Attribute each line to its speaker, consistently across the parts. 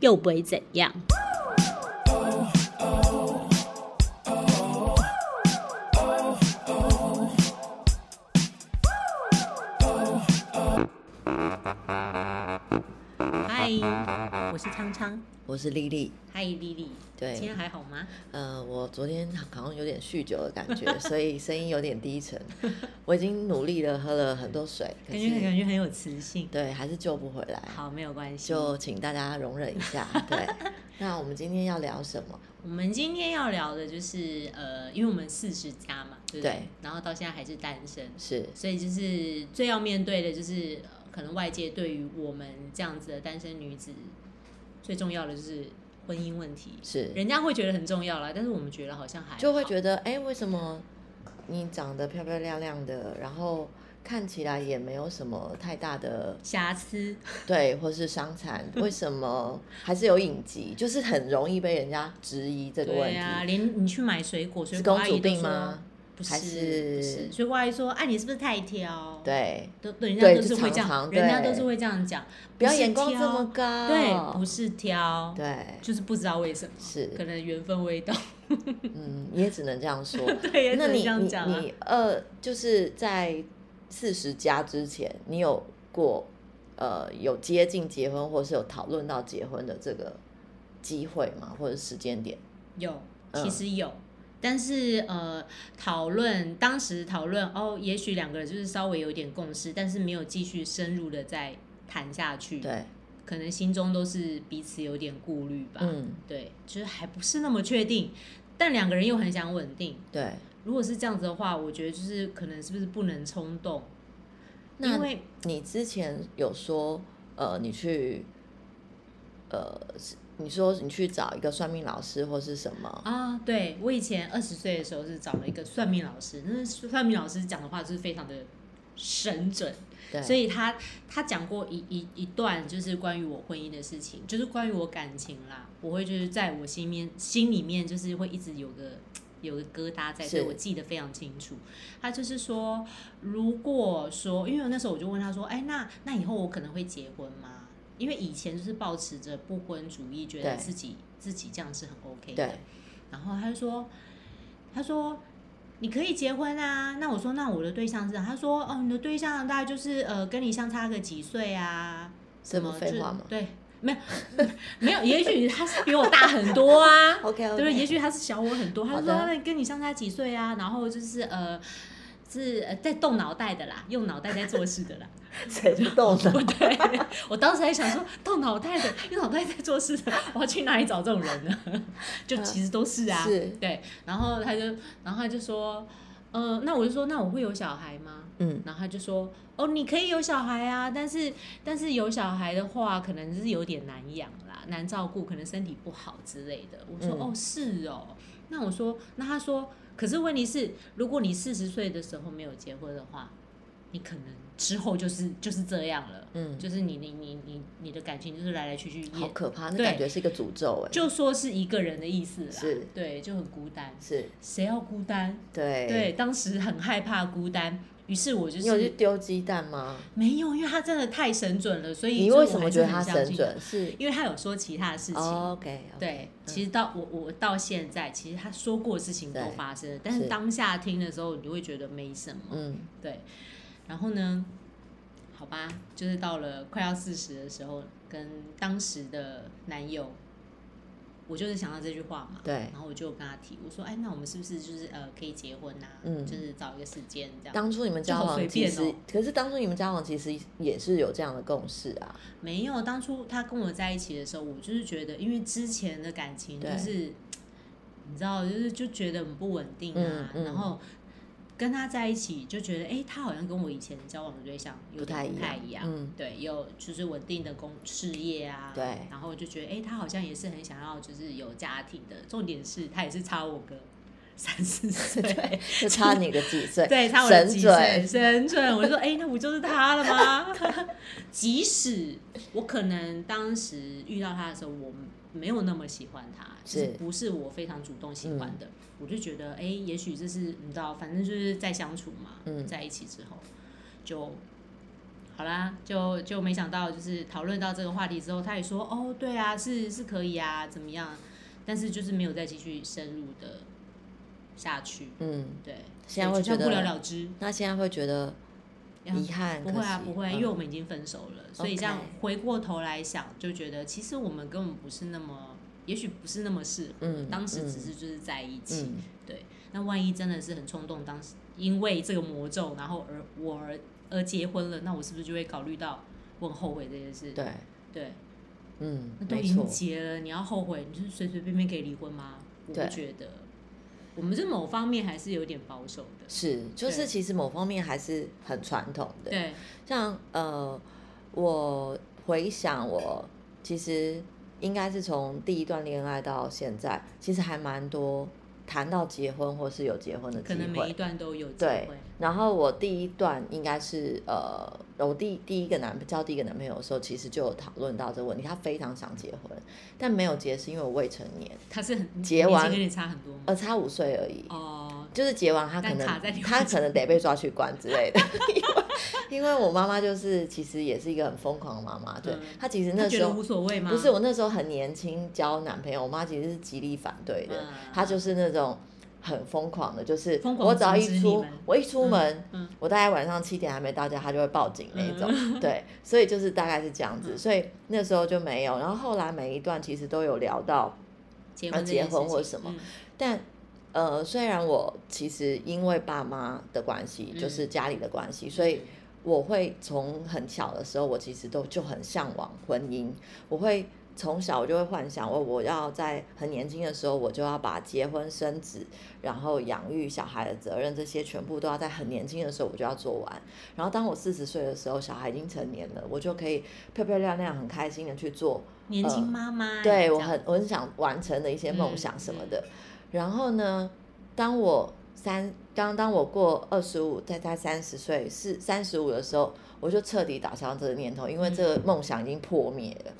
Speaker 1: 又不会怎样。嗨，我是昌昌。
Speaker 2: 我是丽丽，
Speaker 1: 嗨，丽丽。
Speaker 2: 对
Speaker 1: 今天还好吗？
Speaker 2: 呃，我昨天好像有点酗酒的感觉，所以声音有点 低沉。我已经努力的喝了很多水，可
Speaker 1: 感觉很感
Speaker 2: 是
Speaker 1: 觉很有磁性。
Speaker 2: 对还是救不回来，
Speaker 1: 好，没有关系。
Speaker 2: 就请大家容忍一下。 对，那我们今天要聊什么？
Speaker 1: 我们今天要聊的就是呃，因为我们四十加嘛，对不对？
Speaker 2: 对
Speaker 1: 然后到现在还是单身，
Speaker 2: 是
Speaker 1: 所以就是最要面对的就是、呃可能外界对于我们这样子的单身女子，最重要的就是婚姻问题。
Speaker 2: 是，
Speaker 1: 人家会觉得很重要啦，但是我们觉得好像还好
Speaker 2: 就会觉得哎、为什么你长得漂漂亮亮的，然后看起来也没有什么太大的
Speaker 1: 瑕疵，
Speaker 2: 对，或是伤残，为什么还是有隐疾？就是很容易被人家质疑这个问
Speaker 1: 对
Speaker 2: 题。
Speaker 1: 啊，连你去买水果，水
Speaker 2: 是
Speaker 1: 果
Speaker 2: 公
Speaker 1: 阿姨
Speaker 2: 主
Speaker 1: 都
Speaker 2: 病
Speaker 1: 说
Speaker 2: 吗？
Speaker 1: 不是，
Speaker 2: 还
Speaker 1: 不
Speaker 2: 是
Speaker 1: 是水果阿姨说，哎、你是不是太挑？，
Speaker 2: 对，
Speaker 1: 都对，人
Speaker 2: 对
Speaker 1: 家都
Speaker 2: 就是
Speaker 1: 会这样，
Speaker 2: 常常
Speaker 1: 人家
Speaker 2: 对
Speaker 1: 都是会这样讲，
Speaker 2: 不要
Speaker 1: 是
Speaker 2: 眼光
Speaker 1: 挑
Speaker 2: 这么高。
Speaker 1: 对，不是挑，
Speaker 2: 对
Speaker 1: 就是不知道为什么，
Speaker 2: 是
Speaker 1: 可能缘分未到。
Speaker 2: 嗯，也只能这样说。
Speaker 1: 对，也只
Speaker 2: 那
Speaker 1: 能
Speaker 2: 你
Speaker 1: 这样讲
Speaker 2: 你
Speaker 1: 啊。
Speaker 2: 你呃，就是在四十加之前，你有过呃有接近结婚，或是有讨论到结婚的这个机会吗？或者时间点？
Speaker 1: 有，
Speaker 2: 嗯
Speaker 1: 其实有，但是呃，讨论当时讨论哦，也许两个人就是稍微有点共识，但是没有继续深入的再谈下去。，
Speaker 2: 对，
Speaker 1: 可能心中都是彼此有点顾虑吧。
Speaker 2: 嗯，
Speaker 1: 对，就是还不是那么确定，但两个人又很想稳定。
Speaker 2: 对。
Speaker 1: 如果是这样子的话，我觉得就是可能是不是不能冲动，
Speaker 2: 那
Speaker 1: 因为
Speaker 2: 你之前有说，呃，你去，呃，是你说你去找一个算命老师或是什么？
Speaker 1: 啊，对我以前二十岁的时候是找了一个算命老师，那算命老师讲的话就是非常的神准，
Speaker 2: 对，
Speaker 1: 所
Speaker 2: 以
Speaker 1: 以他他讲过一一一段就是关于我婚姻的事情，就是关于我感情啦，我会就是在我心面心里面就是会一直有个有个疙瘩在，
Speaker 2: 是
Speaker 1: 所以我记得非常清楚。他就是说，如果说，因为那时候我就问他说，哎，那那以后我可能会结婚吗？因为以前就是抱持着不婚主义，觉得
Speaker 2: 对
Speaker 1: 自己自己这样是很 OK 的。
Speaker 2: 对
Speaker 1: 然后他就说，他说你可以结婚啊。那我说那我的对象是哪，他说哦你的对象大概就是呃跟你相差个几岁啊，
Speaker 2: 这
Speaker 1: 什
Speaker 2: 么
Speaker 1: 么
Speaker 2: 废
Speaker 1: 就
Speaker 2: 话吗，
Speaker 1: 对，没有 没有，也许他是比我大很多啊
Speaker 2: ，OK
Speaker 1: 对
Speaker 2: OK，
Speaker 1: 不对？也许他是小我很多，他
Speaker 2: 好
Speaker 1: 就
Speaker 2: 的
Speaker 1: 说那跟你相差几岁啊，然后就是呃。是呃在动脑袋的啦，用脑袋在做事的啦。
Speaker 2: 谁去动
Speaker 1: 不
Speaker 2: 的？
Speaker 1: 对，我当时还想说，动脑袋的，用脑袋在做事的，我要去哪里找这种人呢？ 就其实都是啊，
Speaker 2: 嗯是
Speaker 1: 对。然后他就，然后他就说，呃，那我就说，那我会有小孩吗？
Speaker 2: 嗯，
Speaker 1: 然后他就说，哦，你可以有小孩啊，但是但是有小孩的话，可能是有点难养啦，难照顾，可能身体不好之类的。我说，
Speaker 2: 嗯
Speaker 1: 哦，是哦。那我说，那他说，可是问题是，如果你四十岁的时候没有结婚的话，你可能之后就是就是这样了，
Speaker 2: 嗯
Speaker 1: 就是你你你你你的感情就是来来去去
Speaker 2: 好
Speaker 1: 也，
Speaker 2: 可怕，那
Speaker 1: 对
Speaker 2: 感觉是一个诅咒哎。
Speaker 1: 就说是一个人的意思啦，
Speaker 2: 是
Speaker 1: 对，就很孤单，
Speaker 2: 是，
Speaker 1: 谁要孤单？
Speaker 2: 对。
Speaker 1: 对，当时很害怕孤单，于是我就
Speaker 2: 你有去
Speaker 1: 是。
Speaker 2: 丢鸡蛋吗？
Speaker 1: 没有，因为他真的太神准了，所以
Speaker 2: 你
Speaker 1: 就是
Speaker 2: 为
Speaker 1: 我
Speaker 2: 什么
Speaker 1: 还是
Speaker 2: 觉得
Speaker 1: 很
Speaker 2: 他
Speaker 1: 相
Speaker 2: 神
Speaker 1: 信
Speaker 2: 准？哦是
Speaker 1: 因为他有说其他的事情。
Speaker 2: OK，嗯
Speaker 1: 对，其实到我我到现在，其实他说过的事情都
Speaker 2: 对
Speaker 1: 发生了，但是
Speaker 2: 是
Speaker 1: 当下听的时候，你就会觉得没什么。
Speaker 2: 嗯，
Speaker 1: 对，然后呢，好吧，就是到了快要四十的时候，跟当时的男友，我就是想到这句话嘛，
Speaker 2: 对
Speaker 1: 然后我就跟他提，我说，哎，那我们是不是就是呃可以结婚呐、
Speaker 2: 嗯
Speaker 1: 就是找一个时间这样。
Speaker 2: 当初你们
Speaker 1: 就
Speaker 2: 交
Speaker 1: 好
Speaker 2: 往
Speaker 1: 随
Speaker 2: 其
Speaker 1: 便
Speaker 2: 实
Speaker 1: 哦，
Speaker 2: 可是当初你们交往其实也是有这样的共识 啊，
Speaker 1: 没有，当初他跟我在一起的时候，我就是觉得，因为之前的感情就
Speaker 2: 对
Speaker 1: 是，你知道，就是就觉得很不稳定啊，
Speaker 2: 嗯嗯
Speaker 1: 然后跟他在一起就觉得，哎、他好像跟我以前交往的对象有
Speaker 2: 不太
Speaker 1: 点
Speaker 2: 一
Speaker 1: 不太一样。
Speaker 2: 样，嗯，
Speaker 1: 对，有就是稳定的工事业啊，
Speaker 2: 对
Speaker 1: 然后就觉得，哎、他好像也是很想要，就是有家庭的。重点是他也是差我个三 四岁，
Speaker 2: 就差你个几岁，
Speaker 1: 对，差我了
Speaker 2: 神
Speaker 1: 几岁，
Speaker 2: 准
Speaker 1: 神准。我就说，哎、那不就是他了吗？ 即使我可能当时遇到他的时候，我没有那么喜欢他，
Speaker 2: 是嗯
Speaker 1: 就是不是我非常主动喜欢的，我就觉得，哎、也许这是你知道，反正就是在相处嘛，
Speaker 2: 嗯
Speaker 1: 在一起之后就好啦，就就没想到，就是讨论到这个话题之后，他也说，哦，对啊，是是可以啊，怎么样？但是就是没有再继续深入的下去，
Speaker 2: 嗯，
Speaker 1: 对，
Speaker 2: 现在会
Speaker 1: 对就这样
Speaker 2: 觉
Speaker 1: 不
Speaker 2: 得
Speaker 1: 了了之。
Speaker 2: 那现在会觉得遗憾，
Speaker 1: 不会啊，
Speaker 2: 可惜
Speaker 1: 不会，
Speaker 2: 嗯
Speaker 1: 因为我们已经分手了，所以
Speaker 2: OK
Speaker 1: 这样回过头来想，就觉得其实我们根本不是那么，也许不是那么适合，
Speaker 2: 嗯，
Speaker 1: 当时
Speaker 2: 嗯
Speaker 1: 只是就是在一起。
Speaker 2: 嗯
Speaker 1: 那万一真的是很冲动，当时因为这个魔咒，然后而我而而结婚了，那我是不是就会考虑到我很后悔这件事？
Speaker 2: 对，
Speaker 1: 对，
Speaker 2: 嗯
Speaker 1: 那，都
Speaker 2: 没
Speaker 1: 已经
Speaker 2: 错，
Speaker 1: 结了，你要后悔，你就是随随便便可以离婚吗？我不
Speaker 2: 对
Speaker 1: 觉得，我们这某方面还是有点保守的。
Speaker 2: 是就是
Speaker 1: 对
Speaker 2: 其实某方面还是很传统的，
Speaker 1: 对，
Speaker 2: 像呃，我回想我其实应该是从第一段恋爱到现在，其实还蛮多谈到结婚或是有结婚的机
Speaker 1: 可能每一
Speaker 2: 会。
Speaker 1: 段都有机
Speaker 2: 对
Speaker 1: 会。，
Speaker 2: 然后我第一段应该是呃，我第第一个男交第一个男朋友的时候，其实就有讨论到这个问题。他非常想结婚，但没有结是因为我未成年，
Speaker 1: 他是很
Speaker 2: 结
Speaker 1: 年纪
Speaker 2: 完
Speaker 1: 跟你差很多吗？
Speaker 2: 呃，差五岁而已。
Speaker 1: 哦，
Speaker 2: 就是结完他可
Speaker 1: 但卡在
Speaker 2: 能
Speaker 1: 你
Speaker 2: 他可能得被抓去关之 类的，因为因为我妈妈就是其实也是一个很疯狂的妈妈，对、
Speaker 1: 嗯
Speaker 2: 她其实
Speaker 1: 他
Speaker 2: 那
Speaker 1: 觉
Speaker 2: 时
Speaker 1: 得
Speaker 2: 候
Speaker 1: 无所谓吗？
Speaker 2: 不是我那时候很年轻交男朋友，我妈其实是极力反对的，
Speaker 1: 嗯
Speaker 2: 她就是那种很疯狂的，就是
Speaker 1: 疯狂
Speaker 2: 我只要
Speaker 1: 阻止
Speaker 2: 一
Speaker 1: 你
Speaker 2: 出
Speaker 1: 们
Speaker 2: 我一出门。
Speaker 1: 嗯，
Speaker 2: 我大概晚上七点还没到家，她就会报警那一种， 对，所以就是大概是这样子，
Speaker 1: 嗯
Speaker 2: 所以那时候就没有。然后后来每一段其实都有聊到
Speaker 1: 结婚这
Speaker 2: 结
Speaker 1: 件
Speaker 2: 婚
Speaker 1: 事
Speaker 2: 或
Speaker 1: 情
Speaker 2: 什么
Speaker 1: 嗯
Speaker 2: 但呃，虽然我其实因为爸妈的关系，就
Speaker 1: 嗯
Speaker 2: 是家里的关系，所以我会从很小的时候，我其实都就很向往婚姻。我会从小我就会幻想，哦我我要在很年轻的时候，我就要把结婚生子，然后养育小孩的责任这些全部都要在很年轻的时候我就要做完。然后当我四十岁的时候，小孩已经成年了，我就可以漂漂亮亮、很开心的去做
Speaker 1: 年轻妈妈，
Speaker 2: 呃对
Speaker 1: 这
Speaker 2: 我
Speaker 1: 样
Speaker 2: 很我很想完成的一些梦
Speaker 1: 嗯
Speaker 2: 想什么
Speaker 1: 嗯
Speaker 2: 的。然后呢，当我三当当我过二十五，在他三十岁是三十五的时候，我就彻底打消这个念头，因为
Speaker 1: 嗯
Speaker 2: 这个梦想已经破灭了。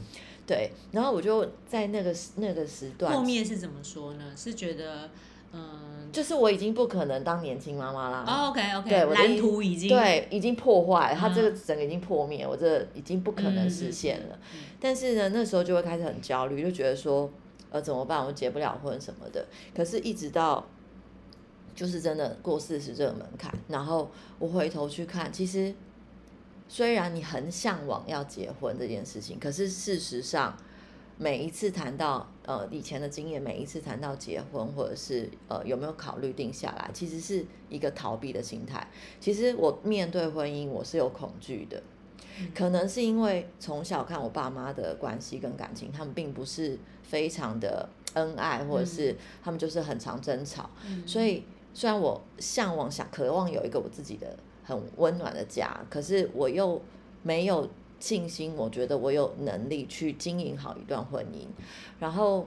Speaker 2: 对，然后我就在那个时那个时段，
Speaker 1: 破灭是怎么说呢？是觉得，嗯、
Speaker 2: 就是我已经不可能当年轻妈妈啦。
Speaker 1: 哦、，OK OK，
Speaker 2: 对我的
Speaker 1: 蓝
Speaker 2: 意
Speaker 1: 图已经
Speaker 2: 对，已经破坏，它
Speaker 1: 嗯
Speaker 2: 这个整个已经破灭，我这个已经不可能
Speaker 1: 嗯
Speaker 2: 实现了。。
Speaker 1: 嗯嗯
Speaker 2: 但是呢，那时候就会开始很焦虑，就觉得说，呃，怎么办？我结不了婚什么的。可是，一直到就是真的过四十这个门槛，然后我回头去看，其实虽然你很向往要结婚这件事情，可是事实上，每一次谈到呃以前的经验，每一次谈到结婚或者是呃有没有考虑定下来，其实是一个逃避的心态。其实我面对婚姻，我是有恐惧的。
Speaker 1: 嗯
Speaker 2: 可能是因为从小看我爸妈的关系跟感情，他们并不是非常的恩爱，或者是他们就是很常争吵。
Speaker 1: 嗯
Speaker 2: 所以虽然我向往、想渴望有一个我自己的很温暖的家，可是我又没有信心，我觉得我有能力去经营好一段婚姻。然后，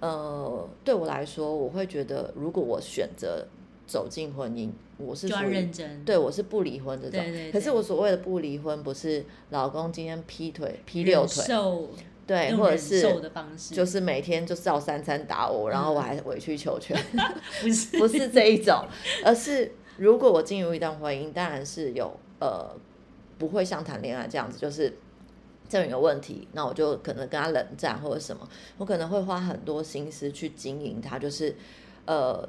Speaker 2: 呃，对我来说，我会觉得如果我选择走进婚姻，我是
Speaker 1: 就要
Speaker 2: 属于
Speaker 1: 认真，
Speaker 2: 对，我是不离婚这种。
Speaker 1: 对对
Speaker 2: 可是
Speaker 1: 对
Speaker 2: 我所谓的不离婚，不是老公今天劈腿劈六腿，
Speaker 1: 受
Speaker 2: 对，
Speaker 1: 用
Speaker 2: 或者
Speaker 1: 忍受
Speaker 2: 是
Speaker 1: 的方式，
Speaker 2: 就是每天就照三餐打我，然后我
Speaker 1: 嗯
Speaker 2: 还委曲 求全，
Speaker 1: 不是
Speaker 2: 不是这一种，而是如果我进入一段婚姻，当然是有呃，不会像谈恋爱这样子，就是。这人有问题，那我就可能跟他冷战或者什么，我可能会花很多心思去经营他，就是，呃，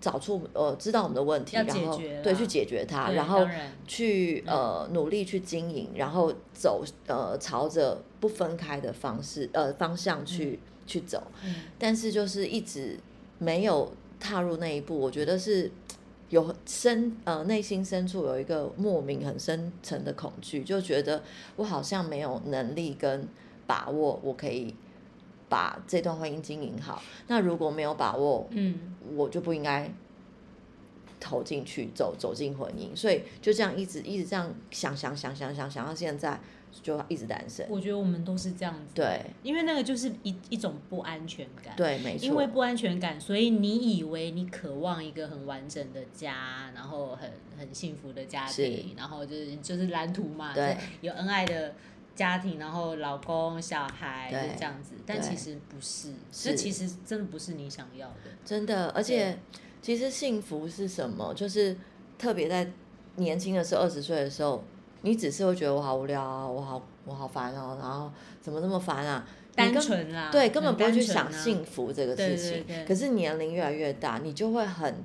Speaker 2: 找出呃知道我们的问题，
Speaker 1: 要
Speaker 2: 然
Speaker 1: 解
Speaker 2: 后
Speaker 1: 决
Speaker 2: 对
Speaker 1: 啦
Speaker 2: 去解决它，
Speaker 1: 对
Speaker 2: 然后
Speaker 1: 当然嗯
Speaker 2: 去呃努力去经营，然后走呃朝着不分开的方式呃方向去、去走，
Speaker 1: 嗯
Speaker 2: 但是就是一直没有踏入那一步，我觉得是有深呃内心深处有一个莫名很深沉的恐惧，就觉得我好像没有能力跟把握，我可以把这段婚姻经营好。那如果没有把握，
Speaker 1: 嗯，
Speaker 2: 我就不应该投进去走走进婚姻，所以就这样一直一直这样想想想想想想到现在就一直单身。
Speaker 1: 我觉得我们都是这样子，
Speaker 2: 对
Speaker 1: 因为那个就是一一种不安全感，
Speaker 2: 对，没错。
Speaker 1: 因为不安全感，所以你以为你渴望一个很完整的家，然后很很幸福的家庭，然后就是就是蓝图嘛，
Speaker 2: 对，
Speaker 1: 有恩爱的家庭，然后老公、小孩
Speaker 2: 对
Speaker 1: 就是这样子，但
Speaker 2: 对
Speaker 1: 其实不是，
Speaker 2: 是
Speaker 1: 这其实真的不是你想要的。
Speaker 2: 真的，
Speaker 1: 对
Speaker 2: 而且其实幸福是什么？就是特别在年轻的时候，二十岁的时候，你只是会觉得我好无聊啊，我好我好烦哦、然后怎么那么烦啊？你
Speaker 1: 单
Speaker 2: 根
Speaker 1: 纯啦，
Speaker 2: 对，根本
Speaker 1: 很
Speaker 2: 不会
Speaker 1: 单
Speaker 2: 去
Speaker 1: 纯
Speaker 2: 想
Speaker 1: 啊
Speaker 2: 幸福这个
Speaker 1: 对
Speaker 2: 事
Speaker 1: 对
Speaker 2: 情。
Speaker 1: 对
Speaker 2: 可是年龄越来越大，你就会很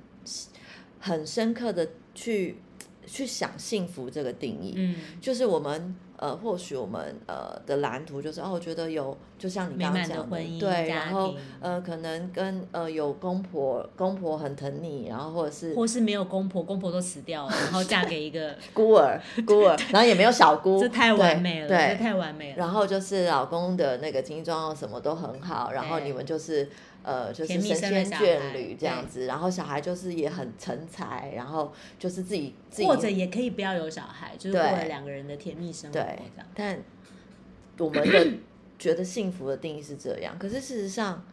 Speaker 2: 很深刻的去去想幸福这个定义。
Speaker 1: 嗯，
Speaker 2: 就是我们呃，或许我们呃的蓝图就是哦，我觉得有，就像你
Speaker 1: 美
Speaker 2: 刚刚
Speaker 1: 满的
Speaker 2: 讲
Speaker 1: 婚姻
Speaker 2: 对，
Speaker 1: 家
Speaker 2: 然后
Speaker 1: 庭
Speaker 2: 呃，可能跟呃有公婆，公婆很疼你，然后或者是
Speaker 1: 或是没有公婆，公婆都死掉 了，然后嫁给一个，
Speaker 2: 孤 儿，孤儿，然后也没有小姑，
Speaker 1: 这太完
Speaker 2: 对
Speaker 1: 美了，这
Speaker 2: 对，
Speaker 1: 太完美了。
Speaker 2: 然后就是老公的那个经济状况什么都很好，然后
Speaker 1: 对
Speaker 2: 你们就是呃就是
Speaker 1: 甜蜜
Speaker 2: 神
Speaker 1: 生了
Speaker 2: 仙
Speaker 1: 小
Speaker 2: 眷
Speaker 1: 孩
Speaker 2: 侣这样
Speaker 1: 对
Speaker 2: 子，然后小孩就是也很成才，然后就是自己自己
Speaker 1: 或者也可以不要有小孩，就是
Speaker 2: 对
Speaker 1: 过了两个人的甜蜜生活
Speaker 2: 对
Speaker 1: 这样，。
Speaker 2: 但我们的 觉得幸福的定义是这样，可是事实上，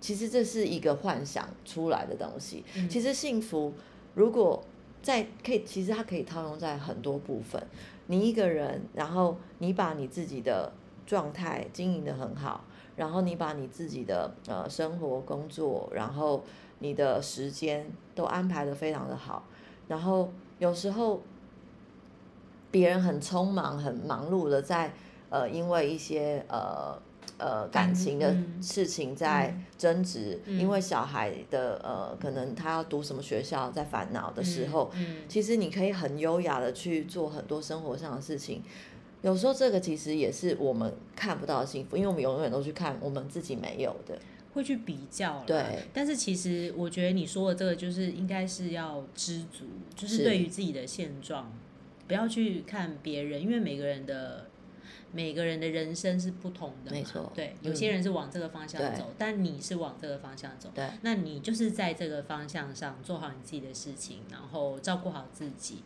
Speaker 2: 其实这是一个幻想出来的东西。
Speaker 1: 嗯
Speaker 2: 其实幸福如果在可以，其实它可以套用在很多部分。你一个人，然后你把你自己的状态经营的很好，然后你把你自己的呃生活、工作，然后你的时间都安排的非常的好，然后有时候别人很匆忙、很忙碌的在呃，因为一些呃呃感
Speaker 1: 嗯
Speaker 2: 情的
Speaker 1: 嗯
Speaker 2: 事情在
Speaker 1: 嗯
Speaker 2: 争执，因
Speaker 1: 嗯
Speaker 2: 为小孩的呃，可能他要读什么学校，在烦恼的时
Speaker 1: 嗯
Speaker 2: 候，
Speaker 1: 嗯
Speaker 2: 其实你可以很优雅的去做很多生活上的事情。有时候这个其实也是我们看不到的幸福，因为我们永远都去看我们自己没有的。
Speaker 1: 会去比较啦
Speaker 2: 对，
Speaker 1: 但是其实我觉得你说的这个就是应该是要知足，就是
Speaker 2: 是
Speaker 1: 对于自己的现状，不要去看别人，因为每个人的每个人的人生是不同的嘛，
Speaker 2: 没错
Speaker 1: 对，
Speaker 2: 嗯
Speaker 1: 有些人是往这个方向
Speaker 2: 对
Speaker 1: 走，但你是往这个方向走，
Speaker 2: 对，
Speaker 1: 那你就是在这个方向上做好你自己的事情，然后照顾好自己，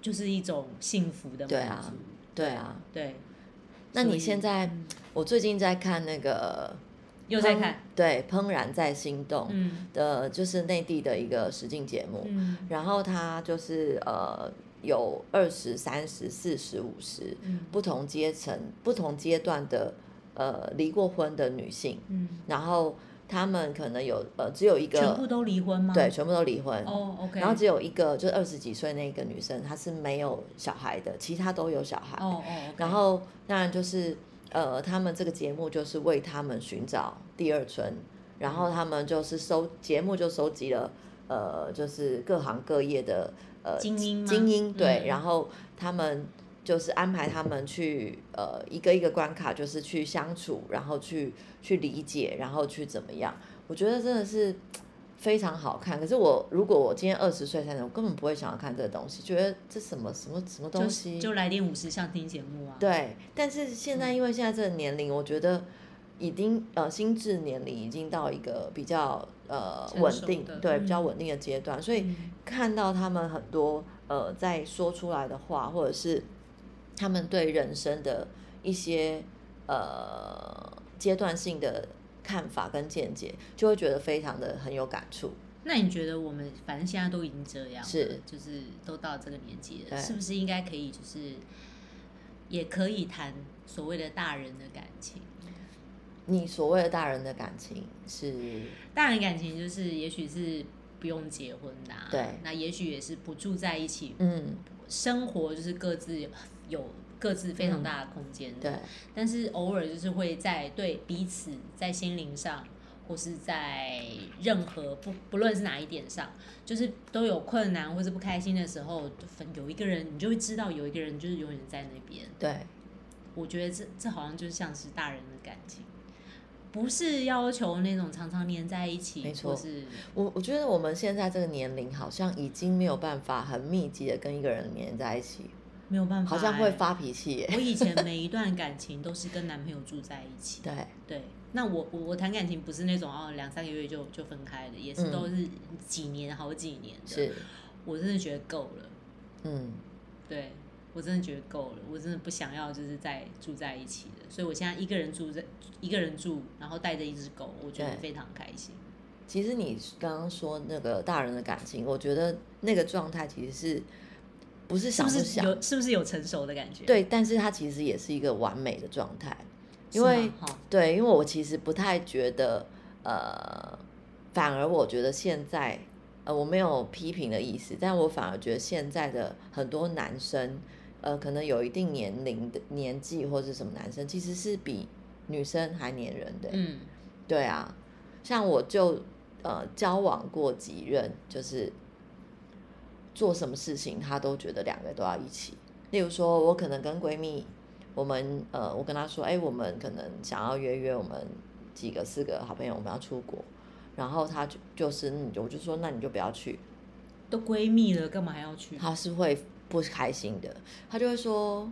Speaker 1: 就是一种幸福的
Speaker 2: 对
Speaker 1: 满
Speaker 2: 啊
Speaker 1: 足，
Speaker 2: 对啊。
Speaker 1: 对，
Speaker 2: 那
Speaker 1: 所
Speaker 2: 你
Speaker 1: 以
Speaker 2: 现在，
Speaker 1: 嗯
Speaker 2: 我最近在看那个，
Speaker 1: 又在
Speaker 2: 怦
Speaker 1: 看，
Speaker 2: 对，《怦然在心动》
Speaker 1: 嗯
Speaker 2: 的，就是内地的一个实境节目。
Speaker 1: 嗯
Speaker 2: 然后它就是呃有二十三十四十五十
Speaker 1: 嗯
Speaker 2: 不同阶层、不同阶段的呃离过婚的女性，
Speaker 1: 嗯，
Speaker 2: 然后她们可能有呃只有一
Speaker 1: 全部
Speaker 2: 个
Speaker 1: 都离婚吗？
Speaker 2: 对全部都离婚。
Speaker 1: 哦，OK、o k
Speaker 2: 然后只有一个，就是二十几岁那个女生，她是没有小孩的，其他都有小孩。
Speaker 1: 哦哦，
Speaker 2: 然后当然就是呃，他们这个节目就是为他们寻找第二春，然后他们就是收节目就收集了呃，就是各行各业的呃
Speaker 1: 精英吗
Speaker 2: 精英对，
Speaker 1: 嗯
Speaker 2: 然后他们。就是安排他们去呃一个一个关卡，就是去相处，然后去去理解，然后去怎么样？我觉得真的是非常好看。可是我如果我今天二十岁才能，我根本不会想要看这个东西，觉得这什么什么什么东西，
Speaker 1: 就来电五十像听节目啊，，
Speaker 2: 对，但是现在
Speaker 1: 嗯
Speaker 2: 因为现在这个年龄，我觉得已经呃心智年龄已经到一个比较呃
Speaker 1: 成
Speaker 2: 稳
Speaker 1: 熟
Speaker 2: 定，
Speaker 1: 的
Speaker 2: 对比较
Speaker 1: 嗯
Speaker 2: 稳定的阶段，所以
Speaker 1: 嗯
Speaker 2: 看到他们很多呃在说出来的话，或者是他们对人生的一些呃阶段性的看法跟见解，就会觉得非常的很有感触。
Speaker 1: 那你觉得我们反正现在都已经这样了，
Speaker 2: 是
Speaker 1: 就是都到这个年纪了，
Speaker 2: 对
Speaker 1: 是不是应该可以就是也可以谈所谓的大人的感情？
Speaker 2: 你所谓的大人的感情是，
Speaker 1: 大人感情就是也许是不用结婚的、啊，
Speaker 2: 对
Speaker 1: 那也许也是不住在一起，
Speaker 2: 嗯，
Speaker 1: 生活就是各自有各自非
Speaker 2: 嗯
Speaker 1: 常大的空间的，
Speaker 2: 对，
Speaker 1: 但是偶尔就是会在对彼此在心灵上，或是在任何不不论是哪一点上，就是都有困难或是不开心的时候，就分有一个人你就会知道有一个人就是永远在那边。
Speaker 2: 对，
Speaker 1: 我觉得这这好像就像是大人的感情，不是要求那种常常黏在一起，
Speaker 2: 没错
Speaker 1: 或是
Speaker 2: 我我觉得我们现在这个年龄好像已经没有办法很密集的跟一个人黏在一起，
Speaker 1: 没有办法、哎
Speaker 2: 好像会。发脾气耶。
Speaker 1: 我以前每一段感情都是跟男朋友住在一起，
Speaker 2: 对，
Speaker 1: 对，那我我我谈感情不是那种哦两三个月就就分开的，也是
Speaker 2: 嗯
Speaker 1: 都是几年好几年的。
Speaker 2: 是，
Speaker 1: 我真的觉得够了，
Speaker 2: 嗯，
Speaker 1: 对我真的觉得够了，我真的不想要就是在住在一起的，所以我现在一个人住在一个人住，然后带着一只狗，我觉得
Speaker 2: 对
Speaker 1: 非常开心。
Speaker 2: 其实你刚刚说那个大人的感情，我觉得那个状态其实是不
Speaker 1: 是
Speaker 2: 是想
Speaker 1: 不
Speaker 2: 不想
Speaker 1: 是有是不是有成熟的感觉？，
Speaker 2: 对，但是它其实也是一个完美的状态，因
Speaker 1: 是吗
Speaker 2: 为
Speaker 1: 哈
Speaker 2: 对，因为我其实不太觉得，呃，反而我觉得现在，呃，我没有批评的意思，但我反而觉得现在的很多男生呃，可能有一定年龄的年纪或是什么男生，其实是比女生还粘人的。欸
Speaker 1: 嗯
Speaker 2: 对啊，像我就呃交往过几任，就是做什么事情他都觉得两个都要一起。例如说，我可能跟闺蜜，我们呃，我跟她说，哎、我们可能想要约约我们几个四个好朋友，我们要出国。然后她就就是，嗯我就说，那你就不要去。
Speaker 1: 都闺蜜了，干嘛还要去？
Speaker 2: 她是会不开心的，她就会说。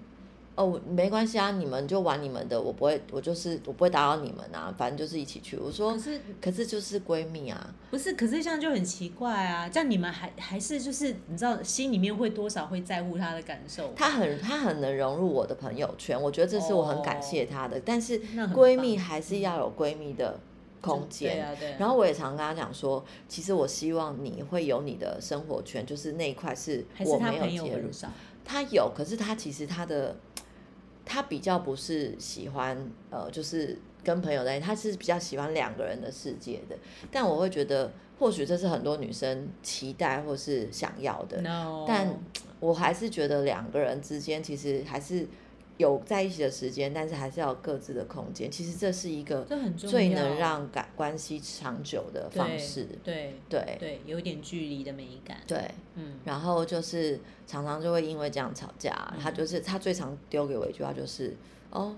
Speaker 2: 哦，没关系啊，你们就玩你们的，我不会，我就是我不会打扰你们啊，反正就是一起去。我说，
Speaker 1: 可是
Speaker 2: 可是就是闺蜜啊，
Speaker 1: 不是？可是这样就很奇怪啊！这样你们还还是就是你知道，心里面会多少会在乎他的感受。
Speaker 2: 她很她很能融入我的朋友圈，我觉得这是我很感谢她的。但是
Speaker 1: 哦那很
Speaker 2: 闺
Speaker 1: 棒
Speaker 2: 蜜还是要有闺蜜的空
Speaker 1: 对
Speaker 2: 间。
Speaker 1: 啊对啊。
Speaker 2: 然后我也常跟她讲说，其实我希望你会有你的生活圈，就是那一块是
Speaker 1: 还是
Speaker 2: 我
Speaker 1: 他
Speaker 2: 没有
Speaker 1: 朋友
Speaker 2: 介入
Speaker 1: 很。少，
Speaker 2: 她有，可是她其实她的她比较不是喜欢呃，就是跟朋友在一起，她是比较喜欢两个人的世界的。但我会觉得，或许这是很多女生期待或是想要的。
Speaker 1: no，
Speaker 2: 但我还是觉得两个人之间其实还是有在一起的时间，但是还是要有各自的空间。其实这是一个
Speaker 1: 这很重要，
Speaker 2: 最能让感关系长久的方式。
Speaker 1: 对
Speaker 2: 对
Speaker 1: 对，有一点距离的美感，
Speaker 2: 对，
Speaker 1: 嗯，
Speaker 2: 然后就是常常就会因为这样吵架。他就是他最常丢给我一句话就是：“哦，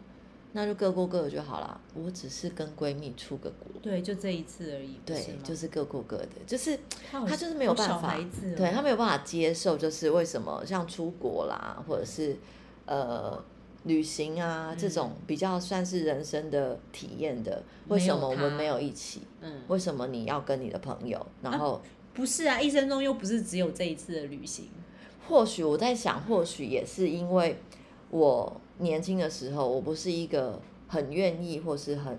Speaker 2: 那就各过各的就好啦，我只是跟闺蜜出个国。”
Speaker 1: 对，就这一次而已，不
Speaker 2: 对
Speaker 1: 是，吗
Speaker 2: 就是各过各的，就是
Speaker 1: 他好
Speaker 2: 他就是没有
Speaker 1: 好小
Speaker 2: 办法
Speaker 1: 孩子哦，
Speaker 2: 对他没有办法接受，就是为什么像出国啦，或者是呃旅行啊这种比较算是人生的体验的，为
Speaker 1: 嗯没
Speaker 2: 什
Speaker 1: 有
Speaker 2: 么我们
Speaker 1: 他
Speaker 2: 没有一起？
Speaker 1: 嗯，
Speaker 2: 为什么你要跟你的朋友？然后
Speaker 1: 不是啊，一生中又不是只有这一次的旅行，
Speaker 2: 或许我在想，或许也是因为我年轻的时候，我不是一个很愿意或是很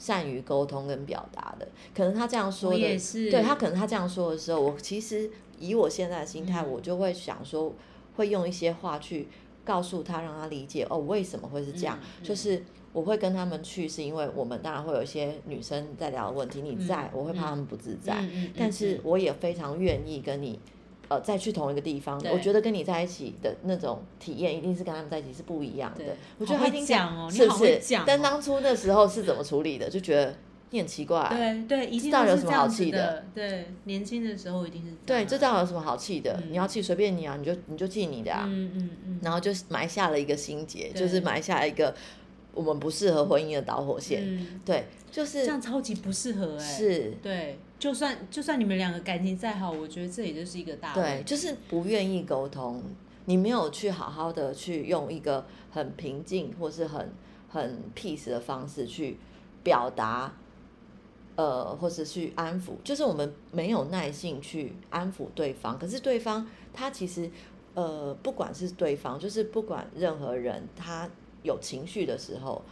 Speaker 2: 善于沟通跟表达的。可能他这样说
Speaker 1: 我也
Speaker 2: 的，
Speaker 1: 是
Speaker 2: 对他可能他这样说的时候，我其实以我现在的心
Speaker 1: 嗯
Speaker 2: 态，我就会想说，会用一些话去告诉他，让他理解哦，为什么会是这样，
Speaker 1: 嗯嗯
Speaker 2: 就是。我会跟他们去，是因为我们当然会有一些女生在聊的问题，你在，我会怕他们不自在。
Speaker 1: 嗯嗯嗯
Speaker 2: 但是
Speaker 1: 嗯
Speaker 2: 我也非常愿意跟你，呃，再去同一个地方。
Speaker 1: 对
Speaker 2: 我觉得跟你在一起的那种体验，一定是跟他们在一起是不一样的
Speaker 1: 对。
Speaker 2: 我觉得
Speaker 1: 好
Speaker 2: 他
Speaker 1: 会
Speaker 2: 一定
Speaker 1: 讲哦你
Speaker 2: 是不
Speaker 1: 好会
Speaker 2: 是
Speaker 1: 讲哦？
Speaker 2: 但当初那时候是怎么处理的？就觉得你很奇怪、
Speaker 1: 对对，一定
Speaker 2: 到底
Speaker 1: 都
Speaker 2: 有
Speaker 1: 是
Speaker 2: 什
Speaker 1: 这
Speaker 2: 么好
Speaker 1: 样子
Speaker 2: 气的
Speaker 1: 的，对，年轻的时候一定是这
Speaker 2: 对，
Speaker 1: 样，
Speaker 2: 这到底有什么好气的？你要气随便你啊，你就你就气你的啊。
Speaker 1: 嗯嗯嗯，
Speaker 2: 然后就埋下了一个心结，
Speaker 1: 对
Speaker 2: 就是埋下一个我们不适合婚姻的导火线。
Speaker 1: 嗯，
Speaker 2: 对，就是
Speaker 1: 这样超级不适合哎，，
Speaker 2: 是
Speaker 1: 对，就算就算你们两个感情再好，我觉得这也就是一个大
Speaker 2: 对，
Speaker 1: 问题，
Speaker 2: 就是不愿意沟通，你没有去好好的去用一个很平静或是很很 peace 的方式去表达，呃，或是去安抚，就是我们没有耐性去安抚对方，可是对方他其实，呃，不管是对方，就是不管任何人，他有情绪的时候，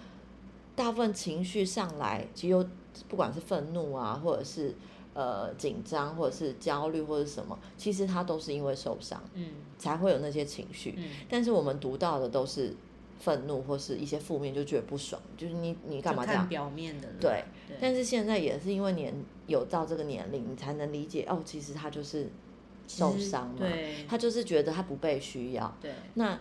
Speaker 2: 大部分情绪上来，其实有不管是愤怒啊，或者是呃紧张，或者是焦虑，或者是什么，其实他都是因为受伤
Speaker 1: 嗯
Speaker 2: 才会有那些情绪。
Speaker 1: 嗯，
Speaker 2: 但是我们读到的都是愤怒或是一些负面，就觉得不爽，就是你你干
Speaker 1: 就
Speaker 2: 嘛这
Speaker 1: 看
Speaker 2: 样？
Speaker 1: 表面的了，
Speaker 2: 对
Speaker 1: 对，
Speaker 2: 但是现在也是因为年有到这个年龄，你才能理解哦，其实他就是受
Speaker 1: 其实
Speaker 2: 伤嘛，
Speaker 1: 对
Speaker 2: 他就是觉得他不被需要，
Speaker 1: 对，
Speaker 2: 那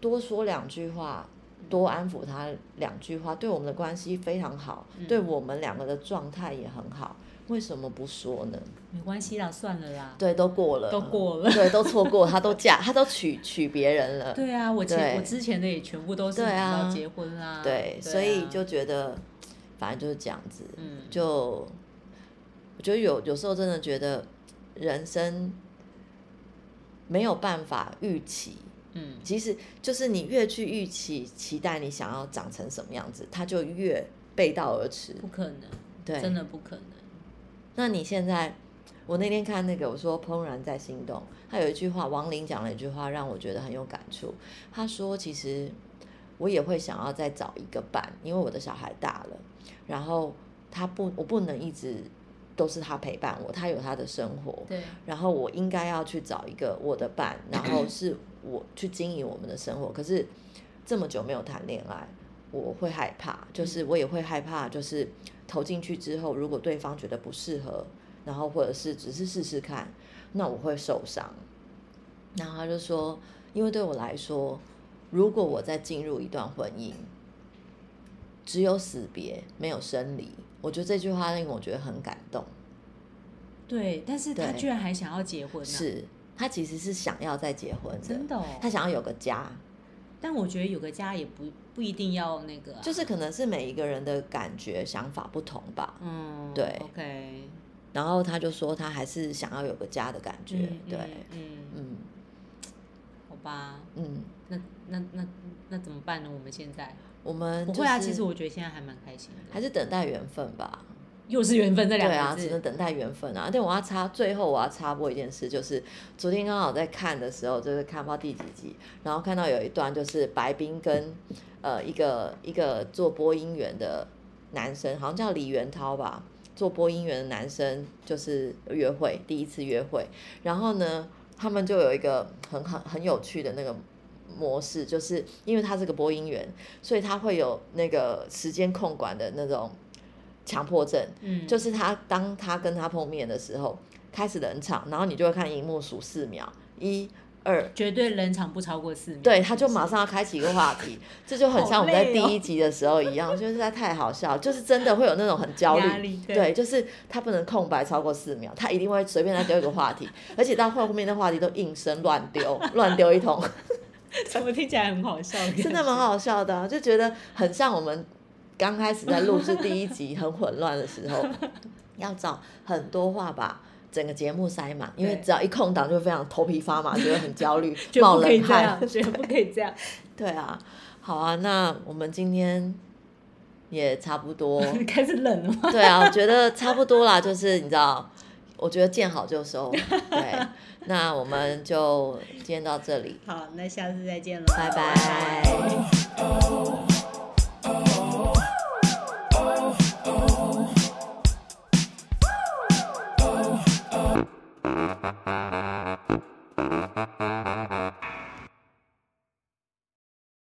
Speaker 2: 多说两句话，多安抚他两句话，对我们的关系非常好，
Speaker 1: 嗯
Speaker 2: 对我们两个的状态也很好。为什么不说呢？
Speaker 1: 没关系啦，算了啦，
Speaker 2: 对，都过了，
Speaker 1: 都过了
Speaker 2: 对，都错过，他都嫁，他都娶娶别人了，
Speaker 1: 对啊，我前
Speaker 2: 对
Speaker 1: 我之前的也全部都是
Speaker 2: 对啊
Speaker 1: 要结婚啦，啊
Speaker 2: 对，所以就觉得，反正就是这样子，
Speaker 1: 嗯
Speaker 2: 就我觉得有有时候真的觉得人生没有办法预期，
Speaker 1: 嗯
Speaker 2: 其实就是你越去预期期待你想要长成什么样子，它就越背道而驰。
Speaker 1: 不可能，
Speaker 2: 对
Speaker 1: 真的不可能，
Speaker 2: 那你现在，我那天看那个，我说《怦然在心动》，他有一句话，王林讲了一句话，让我觉得很有感触。他说，其实我也会想要再找一个伴，因为我的小孩大了，然后他不，我不能一直都是他陪伴我，他有他的生活，
Speaker 1: 对，
Speaker 2: 然后我应该要去找一个我的伴，然后是我去经营我们的生活。可是这么久没有谈恋爱，我会害怕，就是我也会害怕，就是投进去之后，如果对方觉得不适合，然后或者是只是试试看，那我会受伤。然后他就说，因为对我来说，如果我再进入一段婚姻，只有死别没有生离，我觉得这句话令我觉得很感动。
Speaker 1: 对，但是他
Speaker 2: 对
Speaker 1: 居然还想要结婚、啊，
Speaker 2: 是他其实是想要再结婚的，
Speaker 1: 真的、哦。
Speaker 2: 他想要有个家，
Speaker 1: 但我觉得有个家也不不一定要那个啊、
Speaker 2: 就是可能是每一个人的感觉想法不同吧。
Speaker 1: 嗯，
Speaker 2: 对
Speaker 1: ，OK，
Speaker 2: 然后他就说他还是想要有个家的感觉，
Speaker 1: 嗯
Speaker 2: 对，
Speaker 1: 嗯，嗯
Speaker 2: 嗯
Speaker 1: 好吧，
Speaker 2: 嗯，
Speaker 1: 那那那那怎么办呢？我们现在
Speaker 2: 我们、
Speaker 1: 不
Speaker 2: 嗯就是、
Speaker 1: 会啊，其实我觉得现在还蛮开心的，
Speaker 2: 还是等待缘分吧。
Speaker 1: 又是缘分这
Speaker 2: 对
Speaker 1: 两
Speaker 2: 啊，
Speaker 1: 个
Speaker 2: 只
Speaker 1: 字，
Speaker 2: 能等待缘分啊。但我要插，最后我要插播一件事，就是昨天刚好在看的时候，就是看不到第几集，然后看到有一段就是白冰跟呃一个一个做播音员的男生，好像叫李元涛吧，做播音员的男生就是约会，第一次约会，然后呢，他们就有一个很很很有趣的那个。模式就是因为他是个播音员，所以他会有那个时间控管的那种强迫症，
Speaker 1: 嗯，
Speaker 2: 就是他当他跟他碰面的时候，开始冷场，然后你就会看荧幕数四秒，一、二，
Speaker 1: 绝对冷场不超过四秒，
Speaker 2: 对，他就马
Speaker 1: 上
Speaker 2: 上要开启一个话 题，这就很像我们在
Speaker 1: 好
Speaker 2: 第
Speaker 1: 累哦
Speaker 2: 一集的时候一样，就是在太好笑，就是真的会有那种很焦
Speaker 1: 哦压
Speaker 2: 虑。
Speaker 1: 力，
Speaker 2: 对，就是他不能空白超过四秒，他一定会随便再丢一个话题，而且到后面的话题都应声乱丢，乱丢一通，
Speaker 1: 怎么听起来很好 笑？
Speaker 2: 真的蛮好笑的啊、就觉得很像我们刚开始在录制第一集很混乱的时 候，要找很多话把整个节目塞满，因为
Speaker 1: 对
Speaker 2: 只要一空档就会非常头皮发麻，觉得很
Speaker 1: ，
Speaker 2: 焦虑
Speaker 1: 绝
Speaker 2: 冒
Speaker 1: 不可以
Speaker 2: 冷
Speaker 1: 这
Speaker 2: 汗
Speaker 1: 样，。绝不可以这样。
Speaker 2: 对啊，好啊，那我们今天也差不多。
Speaker 1: 开始冷了吗？
Speaker 2: 对啊，我觉得差不多啦，就是你知道，我觉得见好就收。 对，那我们就今天到这里，
Speaker 1: 好，那下次再见喽，
Speaker 2: 拜
Speaker 1: 晚安
Speaker 2: 拜。